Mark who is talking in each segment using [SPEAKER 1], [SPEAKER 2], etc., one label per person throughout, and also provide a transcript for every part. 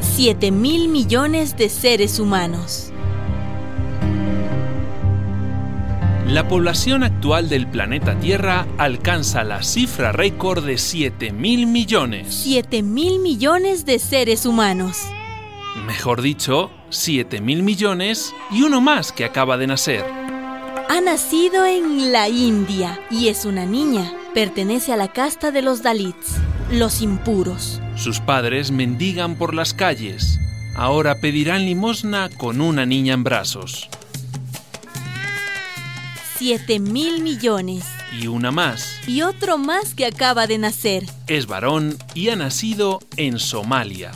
[SPEAKER 1] 7 mil millones de seres humanos.
[SPEAKER 2] La población actual del planeta Tierra alcanza la cifra récord de 7 mil millones.
[SPEAKER 1] 7 mil millones de seres humanos.
[SPEAKER 2] Mejor dicho, 7 mil millones y uno más que acaba de nacer.
[SPEAKER 1] Ha nacido en la India y es una niña. Pertenece a la casta de los Dalits, los impuros.
[SPEAKER 2] Sus padres mendigan por las calles. Ahora pedirán limosna con una niña en brazos.
[SPEAKER 1] 7 mil millones.
[SPEAKER 2] Y una más.
[SPEAKER 1] Y otro más que acaba de nacer.
[SPEAKER 2] Es varón y ha nacido en Somalia.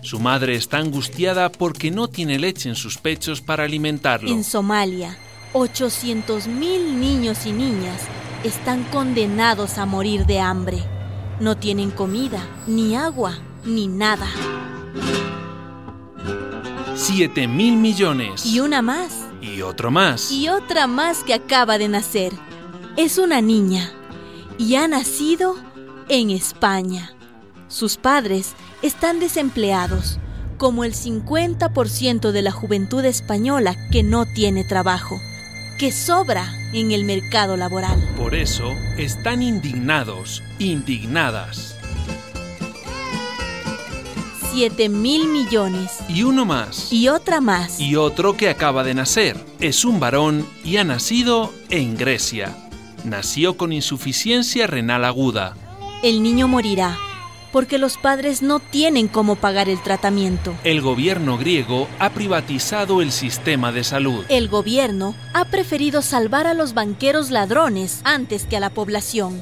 [SPEAKER 2] Su madre está angustiada porque no tiene leche en sus pechos para alimentarlo.
[SPEAKER 1] En Somalia, 800 mil niños y niñas están condenados a morir de hambre. No tienen comida, ni agua, ni nada.
[SPEAKER 2] 7 mil millones.
[SPEAKER 1] Y una más.
[SPEAKER 2] Y otro más.
[SPEAKER 1] Y otra más que acaba de nacer. Es una niña y ha nacido en España. Sus padres están desempleados, como el 50% de la juventud española que no tiene trabajo, que sobra en el mercado laboral.
[SPEAKER 2] Por eso están indignados, indignadas.
[SPEAKER 1] 7 mil millones.
[SPEAKER 2] Y uno más.
[SPEAKER 1] Y otra más.
[SPEAKER 2] Y otro que acaba de nacer. Es un varón y ha nacido en Grecia. Nació con insuficiencia renal aguda.
[SPEAKER 1] El niño morirá porque los padres no tienen cómo pagar el tratamiento.
[SPEAKER 2] El gobierno griego ha privatizado el sistema de salud.
[SPEAKER 1] El gobierno ha preferido salvar a los banqueros ladrones antes que a la población.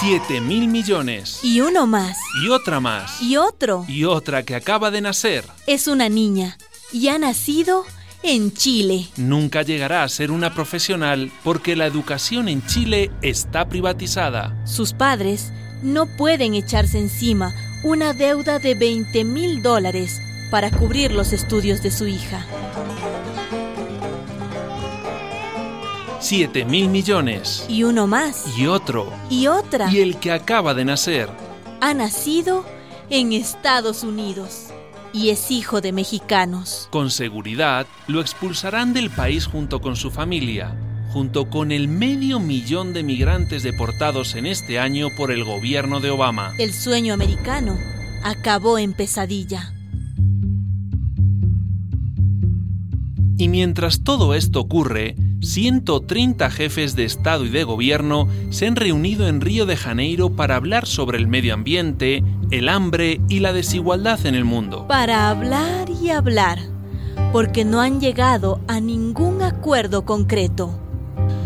[SPEAKER 2] 7 mil millones.
[SPEAKER 1] Y uno más.
[SPEAKER 2] Y otra más.
[SPEAKER 1] Y otro.
[SPEAKER 2] Y otra que acaba de nacer.
[SPEAKER 1] Es una niña y ha nacido en Chile.
[SPEAKER 2] Nunca llegará a ser una profesional porque la educación en Chile está privatizada.
[SPEAKER 1] Sus padres no pueden echarse encima una deuda de 20 mil dólares para cubrir los estudios de su hija.
[SPEAKER 2] 7 mil millones.
[SPEAKER 1] Y uno más.
[SPEAKER 2] Y otro.
[SPEAKER 1] Y otra.
[SPEAKER 2] Y el que acaba de nacer.
[SPEAKER 1] Ha nacido en Estados Unidos y es hijo de mexicanos.
[SPEAKER 2] Con seguridad, lo expulsarán del país junto con su familia, junto con el medio millón de migrantes deportados en este año por el gobierno de Obama.
[SPEAKER 1] El sueño americano acabó en pesadilla.
[SPEAKER 2] Y mientras todo esto ocurre, 130 jefes de Estado y de Gobierno se han reunido en Río de Janeiro para hablar sobre el medio ambiente, el hambre y la desigualdad en el mundo.
[SPEAKER 1] Para hablar y hablar, porque no han llegado a ningún acuerdo concreto.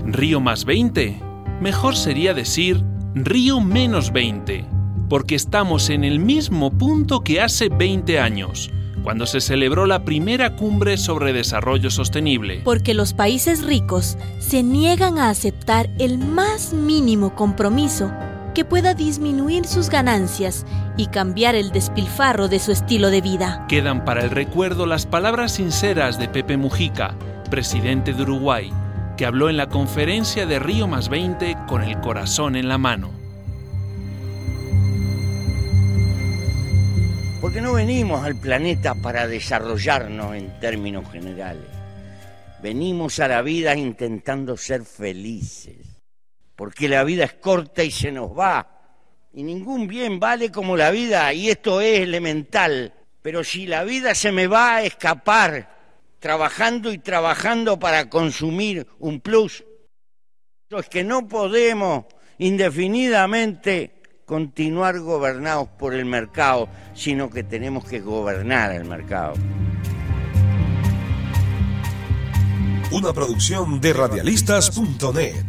[SPEAKER 2] Río más 20. Mejor sería decir Río menos 20, porque estamos en el mismo punto que hace 20 años cuando se celebró la primera cumbre sobre desarrollo sostenible.
[SPEAKER 1] Porque los países ricos se niegan a aceptar el más mínimo compromiso que pueda disminuir sus ganancias y cambiar el despilfarro de su estilo de vida.
[SPEAKER 2] Quedan para el recuerdo las palabras sinceras de Pepe Mujica, presidente de Uruguay, que habló en la conferencia de Río más 20 con el corazón en la mano.
[SPEAKER 3] Porque no venimos al planeta para desarrollarnos en términos generales. Venimos a la vida intentando ser felices. Porque la vida es corta y se nos va. Y ningún bien vale como la vida, y esto es elemental. Pero si la vida se me va a escapar, trabajando y trabajando para consumir un plus, es que no podemos indefinidamente continuar gobernados por el mercado, sino que tenemos que gobernar el mercado.
[SPEAKER 4] Una producción de radialistas.net.